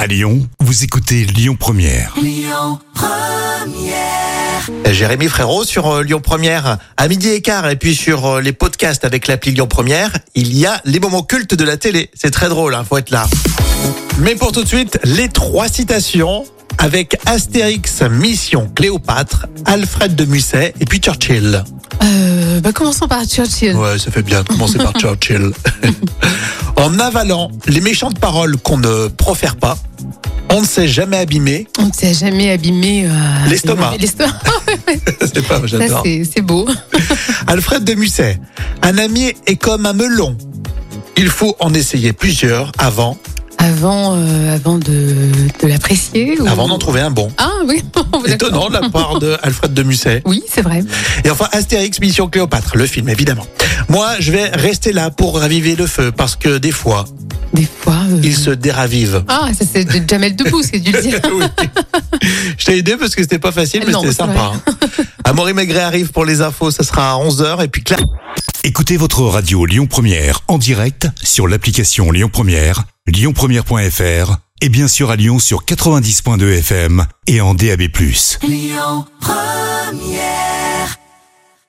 À Lyon, vous écoutez Lyon Première. Jérémy Frérot sur euh, Lyon Première à midi et quart et puis sur euh, les podcasts avec l'appli Lyon Première, il y a les moments cultes de la télé. C'est très drôle, hein, faut être là. Mais pour tout de suite, les trois citations avec Astérix, Mission Cléopâtre, Alfred de Musset et puis Churchill. Euh, bah commençons par Churchill. Ouais, ça fait bien de commencer par Churchill. en avalant les méchantes paroles qu'on ne profère pas, on ne s'est jamais abîmé. On ne s'est jamais abîmé. euh, L'estomac. L'estomac. C'est pas, Ça, j'adore. c'est c'est beau. Alfred de Musset. Un ami est comme un melon. Il faut en essayer plusieurs avant, Avant, euh, avant de, de l'apprécier. ou- avant d'en trouver un bon. Ah oui. d'accord. Étonnant de la part de Alfred de Musset. Oui, c'est vrai. Et enfin, Astérix, Mission Cléopâtre, le film, évidemment. Moi, je vais rester là pour raviver le feu, parce que des fois, Des fois. euh, il se déravive. Ah, ça c'est de Jamel Debbouze qui a dû le dire. Oui. Je t'ai aidé parce que c'était pas facile, mais Ah Non, c'était c'est sympa. hein. Amaury Maigret arrive pour les infos, ça sera à 11h, et puis Claire. Écoutez votre radio Lyon Première en direct sur l'application Lyon Première, lyonpremière.fr et bien sûr à Lyon sur 90.2 FM et en DAB+.